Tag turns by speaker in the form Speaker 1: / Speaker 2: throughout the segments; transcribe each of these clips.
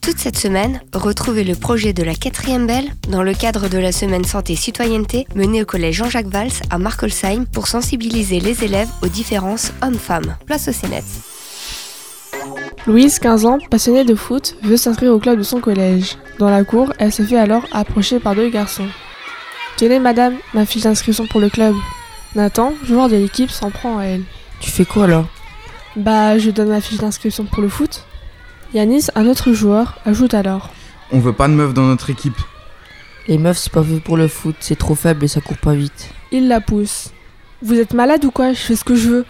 Speaker 1: Toute cette semaine, retrouvez le projet de la quatrième belle dans le cadre de la semaine santé citoyenneté menée au collège Jean-Jacques Valls à Markolsheim pour sensibiliser les élèves aux différences hommes-femmes. Place au CNET.
Speaker 2: Louise, 15 ans, passionnée de foot, veut s'inscrire au club de son collège. Dans la cour, elle se fait alors approcher par deux garçons. Tenez madame, ma fiche d'inscription pour le club. Nathan, joueur de l'équipe, s'en prend à elle.
Speaker 3: Tu fais quoi là
Speaker 2: Bah, je donne ma fiche d'inscription pour le foot. Yanis, un autre joueur, ajoute alors.
Speaker 4: On veut pas de meufs dans notre équipe.
Speaker 3: Les meufs, c'est pas fait pour le foot, c'est trop faible et ça court pas vite.
Speaker 2: Il la pousse. Vous êtes malade ou quoi Je fais ce que je veux.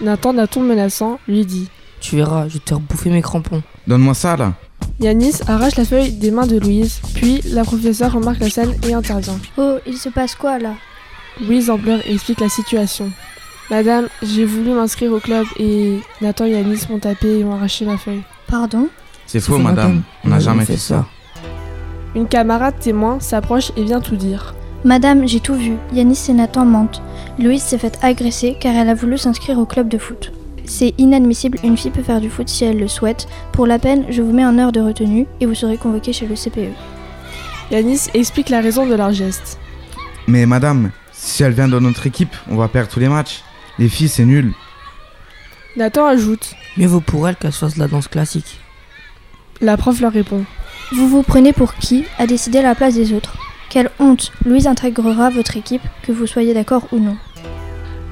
Speaker 2: Nathan, d'un ton menaçant, lui dit.
Speaker 3: Tu verras, je vais te faire bouffer mes crampons.
Speaker 4: Donne-moi ça là.
Speaker 2: Yanis arrache la feuille des mains de Louise, puis la professeure remarque la scène et intervient.
Speaker 5: Oh, il se passe quoi là
Speaker 2: Louise en pleure et explique la situation. Madame, j'ai voulu m'inscrire au club et Nathan et Yanis m'ont tapé et ont arraché ma feuille.
Speaker 5: Pardon
Speaker 4: C'est faux, madame. On n'a jamais fait ça.
Speaker 2: Une camarade témoin s'approche et vient tout dire.
Speaker 5: Madame, j'ai tout vu. Yanis et Nathan mentent. Louise s'est faite agresser car elle a voulu s'inscrire au club de foot. C'est inadmissible, une fille peut faire du foot si elle le souhaite. Pour la peine, je vous mets en heure de retenue et vous serez convoqué chez le E. CPE.
Speaker 2: Yanis explique la raison de leur geste.
Speaker 4: Mais madame, si elle vient dans notre équipe, on va perdre tous les matchs. Les filles, c'est nul.
Speaker 2: Nathan ajoute.
Speaker 3: Mieux vaut pour elle qu'elle se fasse de la danse classique.
Speaker 2: La prof leur répond.
Speaker 5: Vous vous prenez pour qui à décider la place des autres Quelle honte Louise intégrera votre équipe, que vous soyez d'accord ou non.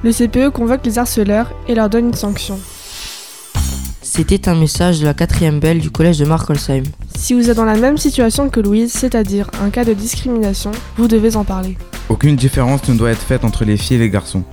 Speaker 2: Le CPE convoque les harceleurs et leur donne une sanction.
Speaker 3: C'était un message de la quatrième belle du collège de Markolsheim.
Speaker 2: Si vous êtes dans la même situation que Louise, c'est-à-dire un cas de discrimination, vous devez en parler.
Speaker 4: Aucune différence ne doit être faite entre les filles et les garçons.